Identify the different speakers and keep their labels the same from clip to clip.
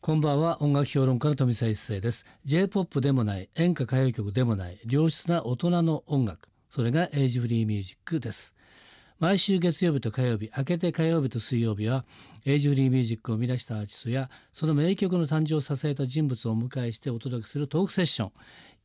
Speaker 1: こんばんは音楽評論家の富澤一世です J-POP でもない演歌歌謡曲でもない良質な大人の音楽それがエイジフリーミュージックです毎週月曜日と火曜日明けて火曜日と水曜日はエイジフリーミュージックを生み出したアーティストやその名曲の誕生を支えた人物をお迎えしてお届けするトークセッション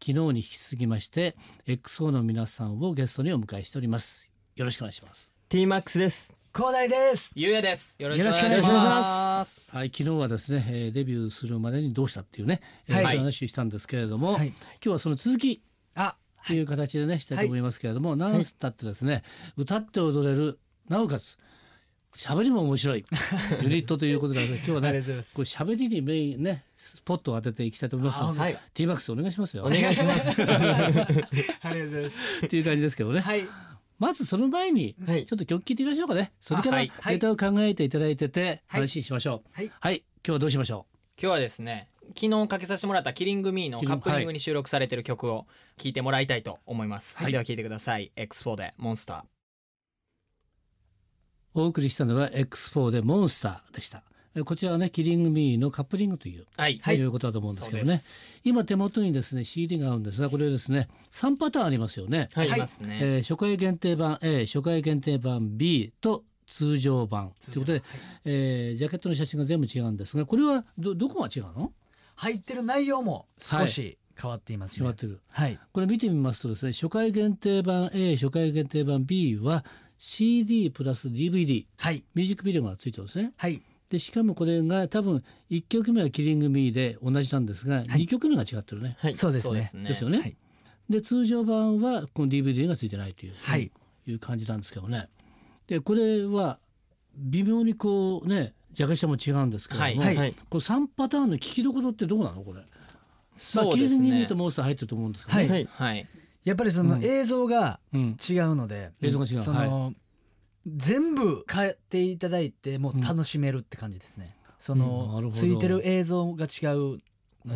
Speaker 1: 昨日に引き続きまして XO の皆さんをゲストにお迎えしておりますよろしくお願いします
Speaker 2: T マックスです。高大です。
Speaker 3: ゆうやです。よろしくお願い
Speaker 2: よろし
Speaker 3: し
Speaker 2: くお願いし
Speaker 3: ま。
Speaker 2: ます
Speaker 1: はい、昨日はですね、えーデビューするまでにどうしたっていうね、えー
Speaker 2: はい
Speaker 1: そういう話をしたんですけれども、
Speaker 2: はい
Speaker 1: 今日はその続き
Speaker 2: あ、
Speaker 1: という形でね、したいと思いますけれども、なんつったってですね、歌って踊れるなおかつ喋りも面 白いユニットということで今日は
Speaker 2: あ
Speaker 1: ね
Speaker 2: りがとうございます
Speaker 1: こう喋りにメインねスポットを当てていきたいと思いますので、
Speaker 2: はい。
Speaker 1: ティーバックスお願いしますよ
Speaker 2: お願いし ます。ありがとうございます。
Speaker 1: っていう感じですけどね、
Speaker 2: はい。
Speaker 1: まずその前に
Speaker 2: はい
Speaker 1: ちょ。っと曲聴いてみましょうかねそれから
Speaker 3: あは
Speaker 1: ネ
Speaker 3: い
Speaker 2: はい
Speaker 1: タを考えていただいてて
Speaker 2: はい
Speaker 1: 話しましょう
Speaker 2: はい
Speaker 1: はい、今日はどうしましょ
Speaker 3: 今日はですね、昨日かけさせてもらったキリングミーのカップリングに収録されている曲を聞いてもらいたいと思います。
Speaker 1: はい
Speaker 3: では聞いてください。X4 でモンスター。
Speaker 1: うお送りしたのは X4 でモンスターでしたえこちらはねキリングミーのカップリングという、
Speaker 3: はい。
Speaker 1: い、うことだと思うんで
Speaker 3: そ
Speaker 1: す
Speaker 3: う
Speaker 1: け
Speaker 3: で
Speaker 1: どね
Speaker 3: す。
Speaker 1: 今手元にですね CD があるんですがこれですね3パターンありますよね、
Speaker 3: あ
Speaker 2: い
Speaker 3: りますね。
Speaker 1: えー初回限定版 A 初回限定版 B と通常版ということで、えージャケットの写真が全部違うんですがこれはどどこが違うの
Speaker 2: 入ってる内容も少し変わっています
Speaker 1: 決ま
Speaker 2: ね
Speaker 1: っ。てる
Speaker 2: はい。
Speaker 1: これ見てみますとですね初回限定版 A 初回限定版 B は CD プラス DVD
Speaker 2: はい。
Speaker 1: ミュージックビデオがついてますね
Speaker 2: はい。
Speaker 1: でしかもこれが多分1曲目は「キリング・ミー」で同じなんですが、
Speaker 2: い
Speaker 1: 2曲目が違ってるね、
Speaker 3: は
Speaker 2: そうですね
Speaker 1: ですよね、
Speaker 2: はい
Speaker 1: で通常版はこの DVD がついてないという、
Speaker 2: はい。
Speaker 1: いう感じなんですけどねでこれは微妙にこうねジャケ写も違うんですけれども、
Speaker 2: はいはい
Speaker 1: この3パターンの聞きどころってどうなのこれ
Speaker 3: そうです
Speaker 1: まあ、キリング・ミー
Speaker 3: ね
Speaker 1: と。モンスター入ってると思うんですけど、ね
Speaker 2: はい
Speaker 3: い。はい。
Speaker 2: やっぱりその
Speaker 1: うん
Speaker 2: 映像が
Speaker 1: うん、
Speaker 2: 違うので、
Speaker 1: 映像が違う
Speaker 2: その全部買っていただいてもう楽しめるって感じですね。そ
Speaker 1: うんなる
Speaker 2: の
Speaker 1: ほど
Speaker 2: ついてる映像が違うの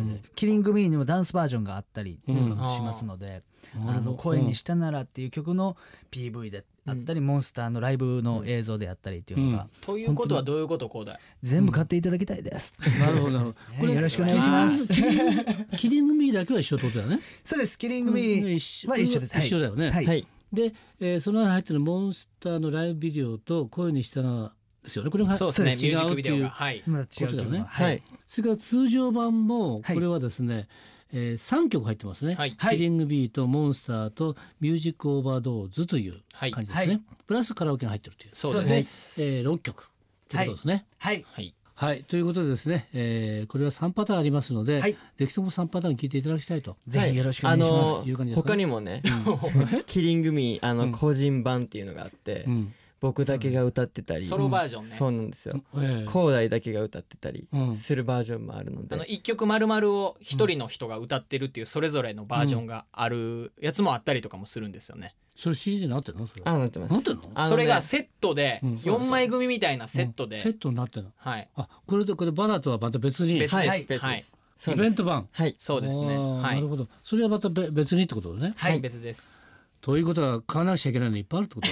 Speaker 1: うん
Speaker 2: で、キリングミーにもダンスバージョンがあったりとかもしますので、あの声にしたならっていう曲の PV であったり、モンスターのライブの映像であったりっていうのが、
Speaker 1: うん
Speaker 3: ということはどういうことこうだい。
Speaker 2: 全部買っていただきたいです、
Speaker 1: なるほどなるほど
Speaker 2: ねよろしくお願いします
Speaker 1: キリングキリングミーだけは一緒ってことだよね
Speaker 2: そうですキリングミー、
Speaker 1: 一緒
Speaker 2: は一緒ですはい
Speaker 1: 一緒だよね、
Speaker 2: はい、
Speaker 3: はい
Speaker 1: で、えーその中に入ってるモンスターのライブビデオと声にしたのですよねこれが
Speaker 3: そうですね。
Speaker 1: 違
Speaker 3: ミュージッ
Speaker 1: う
Speaker 3: ク
Speaker 1: っ
Speaker 3: ビ
Speaker 1: て
Speaker 3: デオ
Speaker 1: いう
Speaker 3: が。はい。
Speaker 2: まだ違う曲
Speaker 1: ことだよね
Speaker 2: の、はい、
Speaker 1: それから通常版も
Speaker 2: は
Speaker 1: こ
Speaker 2: い
Speaker 1: れはですね、え3曲入ってますね、
Speaker 3: はい。
Speaker 2: はい
Speaker 1: キリングビートモンスターとミュージックオーバードーズという
Speaker 3: はい。
Speaker 1: 感じですね、
Speaker 2: はい
Speaker 1: プラスカラオケが入ってるという、
Speaker 3: そうです。
Speaker 1: え6曲ということですね
Speaker 2: はい
Speaker 3: はい。
Speaker 1: はい、ということでですね、えーこれは3パターンありますので、
Speaker 2: はい
Speaker 1: ぜひとも3パターン聞いていただきたいと
Speaker 2: ぜひよろしくお願いします、
Speaker 4: あの
Speaker 1: いう感じですか
Speaker 4: 他にもね
Speaker 1: う
Speaker 4: 「キリングミー」あ
Speaker 1: うん
Speaker 4: の個人版っていうのがあって、
Speaker 1: うん
Speaker 4: 僕だけが歌ってたり
Speaker 3: ソロバージョンね
Speaker 4: そうなんですよ
Speaker 1: えー
Speaker 4: 高大だけが歌ってたり
Speaker 1: うん
Speaker 4: するバージョンもあるの
Speaker 3: あの
Speaker 4: で
Speaker 3: 一曲まるまるを一人の人が歌ってるっていうそれぞれのバージョンがあるやつもあったりとかもするんですよね。
Speaker 1: それ CD になってるのそれ
Speaker 4: あなってま
Speaker 1: なっ
Speaker 4: す
Speaker 1: てるの
Speaker 4: あのね
Speaker 3: それがセットで
Speaker 1: うん
Speaker 3: 4枚組みたいなセットで、
Speaker 1: うんセットになってるの
Speaker 3: はい
Speaker 1: あこれとこれバラとはまた別に
Speaker 3: 別
Speaker 4: はい
Speaker 3: です、
Speaker 4: 別
Speaker 3: は
Speaker 4: で
Speaker 3: い
Speaker 4: す
Speaker 1: イ
Speaker 4: そう
Speaker 1: ベ
Speaker 4: で
Speaker 1: ン
Speaker 4: す
Speaker 1: ト版
Speaker 4: はい
Speaker 3: そうですね
Speaker 1: あー
Speaker 3: は
Speaker 1: ないるほどそれはまたべ別にってことだね
Speaker 3: はい、別です
Speaker 1: ということは買わなくちゃいけないのいっぱいあるってこと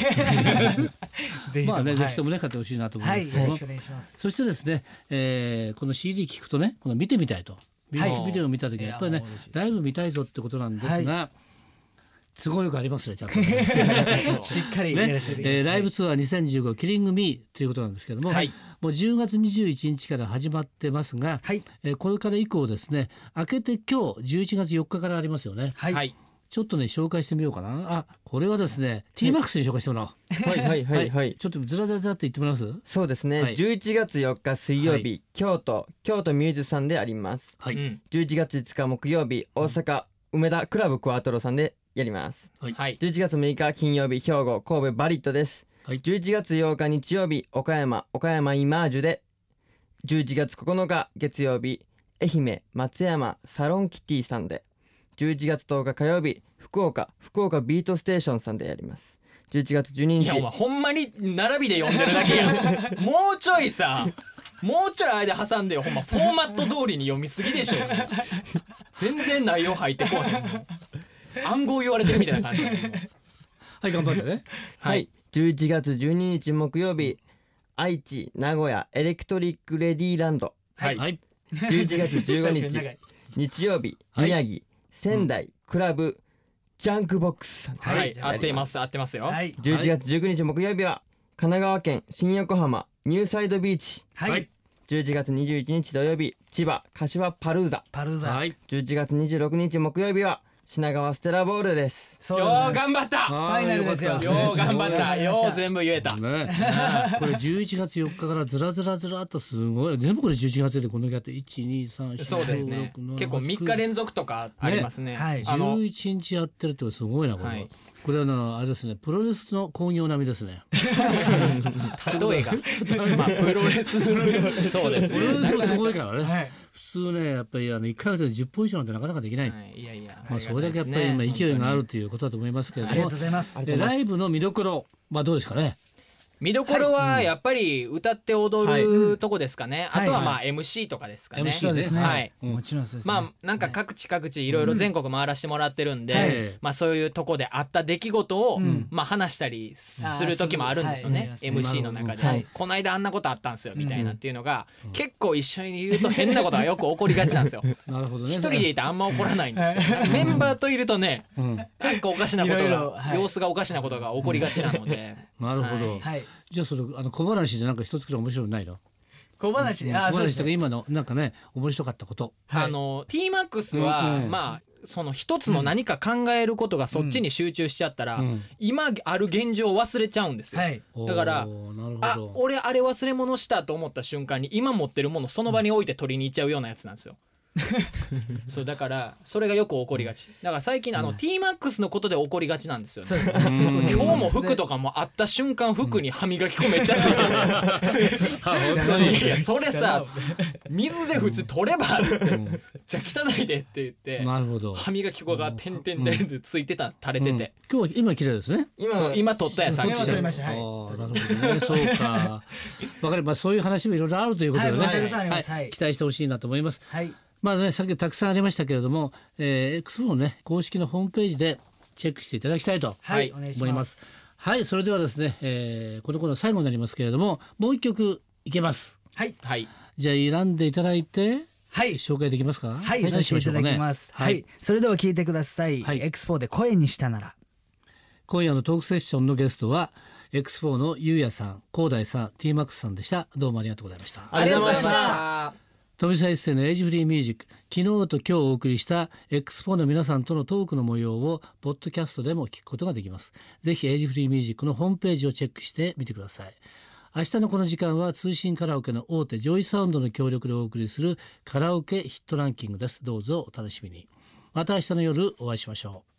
Speaker 2: ぜ
Speaker 1: まあね、
Speaker 2: はい
Speaker 1: ぜひともね買ってほしいなと思いま
Speaker 2: は
Speaker 1: す
Speaker 2: い
Speaker 1: け
Speaker 2: よ
Speaker 1: ど
Speaker 2: ろ
Speaker 1: も
Speaker 2: しくお願い します
Speaker 1: そしてですね、えーこの CD 聞くとねこの見てみたいとミュージックビデオを見た時に
Speaker 2: い
Speaker 1: やっぱりね
Speaker 2: やもう嬉しい
Speaker 1: ライブ見たいぞってことなんですが、都合よくありますねちゃんとね
Speaker 2: しっかり
Speaker 1: ね
Speaker 2: やらせていただきます
Speaker 1: えーライブツアー2015キリングミーということなんですけども、
Speaker 3: はい
Speaker 1: もう10月21日から始まってますが、
Speaker 2: はい
Speaker 1: えーこれから以降ですね明けて今日11月4日からありますよね
Speaker 2: はい
Speaker 3: はい
Speaker 1: ちょっとね紹介してみようかなあこれはですね T マックスに紹介してもらおう
Speaker 4: はいはいはいはい
Speaker 1: ちょっとずらずらずらって言ってもらいます
Speaker 4: そうです
Speaker 1: は
Speaker 4: ね
Speaker 1: い
Speaker 4: 11月4日水曜
Speaker 1: は
Speaker 4: 日京都京都ミューズさんであります
Speaker 1: はい、
Speaker 3: うん
Speaker 4: 11月5日木曜日大阪梅田クラブクワトロさんでやります
Speaker 1: はい
Speaker 3: はい
Speaker 4: 11月6日金曜日兵庫神戸バリットです、
Speaker 1: はい
Speaker 4: 11月8日日曜日岡山岡山イマージュで11月9日月曜日愛媛松山サロンキティさんで11月10日火曜日福岡福岡ビートステーションさんでやります11月12
Speaker 3: いやお前
Speaker 4: 日
Speaker 3: ほんまに並びで読んでるだけやんもうちょいさもうちょい間挟んでよほんまフォーマット通りに読みすぎでしょ全然内容入ってこない暗号言われてるみたいな感じだね
Speaker 1: はい頑張ってね
Speaker 4: はい11月12日木曜日愛知名古屋エレクトリックレディーランド
Speaker 3: はい
Speaker 1: はい
Speaker 4: 11月15
Speaker 5: 確かに長
Speaker 4: 日
Speaker 5: い
Speaker 4: 日曜日
Speaker 1: はい
Speaker 4: 宮城仙台クラブジャンクボックスさん
Speaker 3: はい、
Speaker 4: で
Speaker 3: 合っています合ってますよ、
Speaker 5: はい
Speaker 4: 11月19日木曜日は神奈川県新横浜ニューサイドビーチ
Speaker 5: はい
Speaker 4: 11月21日土曜日千葉柏パルーザ
Speaker 2: パルザ、
Speaker 1: はい
Speaker 4: 11月26日木曜日は品川ステラボールです
Speaker 2: そう
Speaker 3: よ
Speaker 2: で
Speaker 3: う
Speaker 2: ございます
Speaker 3: 頑張った
Speaker 1: フ
Speaker 2: ァイナルですよ
Speaker 3: よう頑張ったよ う全部言えた
Speaker 1: ね、これ11月4日からずらずらずらっとすごい全部これ11月でこの日あって1234
Speaker 3: そうですね結構3日連続とかありますね
Speaker 2: ねはい
Speaker 3: あの
Speaker 1: 11日やってるってことすごいなこれは、
Speaker 3: はい
Speaker 1: これはあのあれですねプロレスの興行並みですね
Speaker 3: 例えが、まあ、プロレスそうです
Speaker 1: プロレ
Speaker 3: ね、
Speaker 1: スもすごいからね、
Speaker 5: はい
Speaker 1: 普通ねやっぱりあの1ヶ月で10本以上なんてなかなかできない、
Speaker 3: はい、いやいや、
Speaker 1: まあ、それだけやっぱり今勢いがあるということだと思いますけれど
Speaker 2: ありがと
Speaker 1: も
Speaker 2: うございます
Speaker 1: でライブの見どころまあどうですかね
Speaker 3: 見どころはやっぱり歌って踊るとこですかね、
Speaker 2: はい
Speaker 3: あとはまあ MC とかですかね、
Speaker 1: MC
Speaker 2: そうですね、
Speaker 3: はい
Speaker 1: うん
Speaker 2: もちろんそうですね、
Speaker 3: まあなんか各地各地いろいろ全国回らせてもらってるんで、
Speaker 1: はい
Speaker 3: まあそういうとこであった出来事を、
Speaker 2: ん
Speaker 3: まあ話したりする時もあるんですよね
Speaker 2: あー、そう
Speaker 1: はい
Speaker 3: MC の中で、
Speaker 2: はい
Speaker 3: この間あんなことあったんですよみたいなっていうのが、結構一緒にいると変なことがよく起こりがちなんです よ
Speaker 1: なるほどね
Speaker 3: 一人でいてあんま起こらないんですけどメンバーといるとね
Speaker 1: うん
Speaker 3: なんかおかしなことが
Speaker 2: いろいろはい
Speaker 3: 様子がおかしなことが起こりがちなので
Speaker 1: なるほど、
Speaker 2: はい
Speaker 1: じゃあそれあの小話でなんか一つくらい面白いのないの
Speaker 2: 小話で、あ
Speaker 1: 小
Speaker 2: ーそうで
Speaker 1: 話
Speaker 2: す
Speaker 1: とか
Speaker 2: ね
Speaker 1: 今のなんかね面白かったこと
Speaker 3: あの T-MAX は、
Speaker 1: うんうん
Speaker 3: まあその一つの何か考えることがそっちに集中しちゃったら、
Speaker 1: うん
Speaker 3: 今ある現状を忘れちゃうんですよ。
Speaker 2: はい
Speaker 3: だから
Speaker 1: おーなる
Speaker 3: あ
Speaker 1: ほど
Speaker 3: 俺あれ忘れ物したと思った瞬間に今持ってるものその場に置いて取りに行っちゃうようなやつな んですよ。そうだからそれがよく起こりがちだから最近あの T-MAX のことで起こりがちなんですよね。今日も服とかもあった瞬間服に歯磨き粉めっちゃ ついてていやいやそれさ水で普通取ればじゃあ汚いでって言って
Speaker 1: なるほど
Speaker 3: 歯磨き粉が点々点々ついてた垂れてて、
Speaker 1: うん今日は今綺麗ですね
Speaker 4: 今
Speaker 3: 今取ったやつ
Speaker 5: 電話取りました
Speaker 1: あ
Speaker 5: はい
Speaker 1: ーなるほどねそう かわかりまあそういう話もいろいろあるということでね
Speaker 2: はいまたたくさんありますはい
Speaker 1: 期待してほしいなと思います
Speaker 2: はい
Speaker 1: まあねさっきたくさんありましたけれどもえー X のね公式のホームページでチェックしていただきたいと
Speaker 2: はい、
Speaker 3: はい
Speaker 2: お願いし
Speaker 1: 思い
Speaker 2: ま
Speaker 1: ますすはいそれではですねえーこの頃最後になりますけれどももう一曲いけます
Speaker 2: はい
Speaker 3: はい
Speaker 1: じゃあ選んでいただいて
Speaker 2: はい
Speaker 1: 紹介できますか
Speaker 2: はい、
Speaker 1: 何
Speaker 2: させ
Speaker 1: してま
Speaker 2: い
Speaker 1: しょ
Speaker 2: た
Speaker 1: うか
Speaker 2: だ
Speaker 1: ね
Speaker 2: きます。
Speaker 1: は
Speaker 2: はいい、それでは聞いてください。
Speaker 1: はい
Speaker 2: エクスポで声にしたなら。
Speaker 1: 今夜のトークセッションのゲストは X4 のゆうやさん、高大さん、T-MAX さんでした。どうもありがとうございました。
Speaker 4: ありがとうございました
Speaker 3: た
Speaker 1: 富澤一世のエイジフリーミュージック、昨日と今日お送りした X4 の皆さんとのトークの模様をポッドキャストでも聞くことができます。ぜひエイジフリーミュージックのホームページをチェックしてみてください。明日のこの時間は通信カラオケの大手ジョイサウンドの協力でお送りするカラオケヒットランキングです。どうぞお楽しみに。また明日の夜お会いしましょう。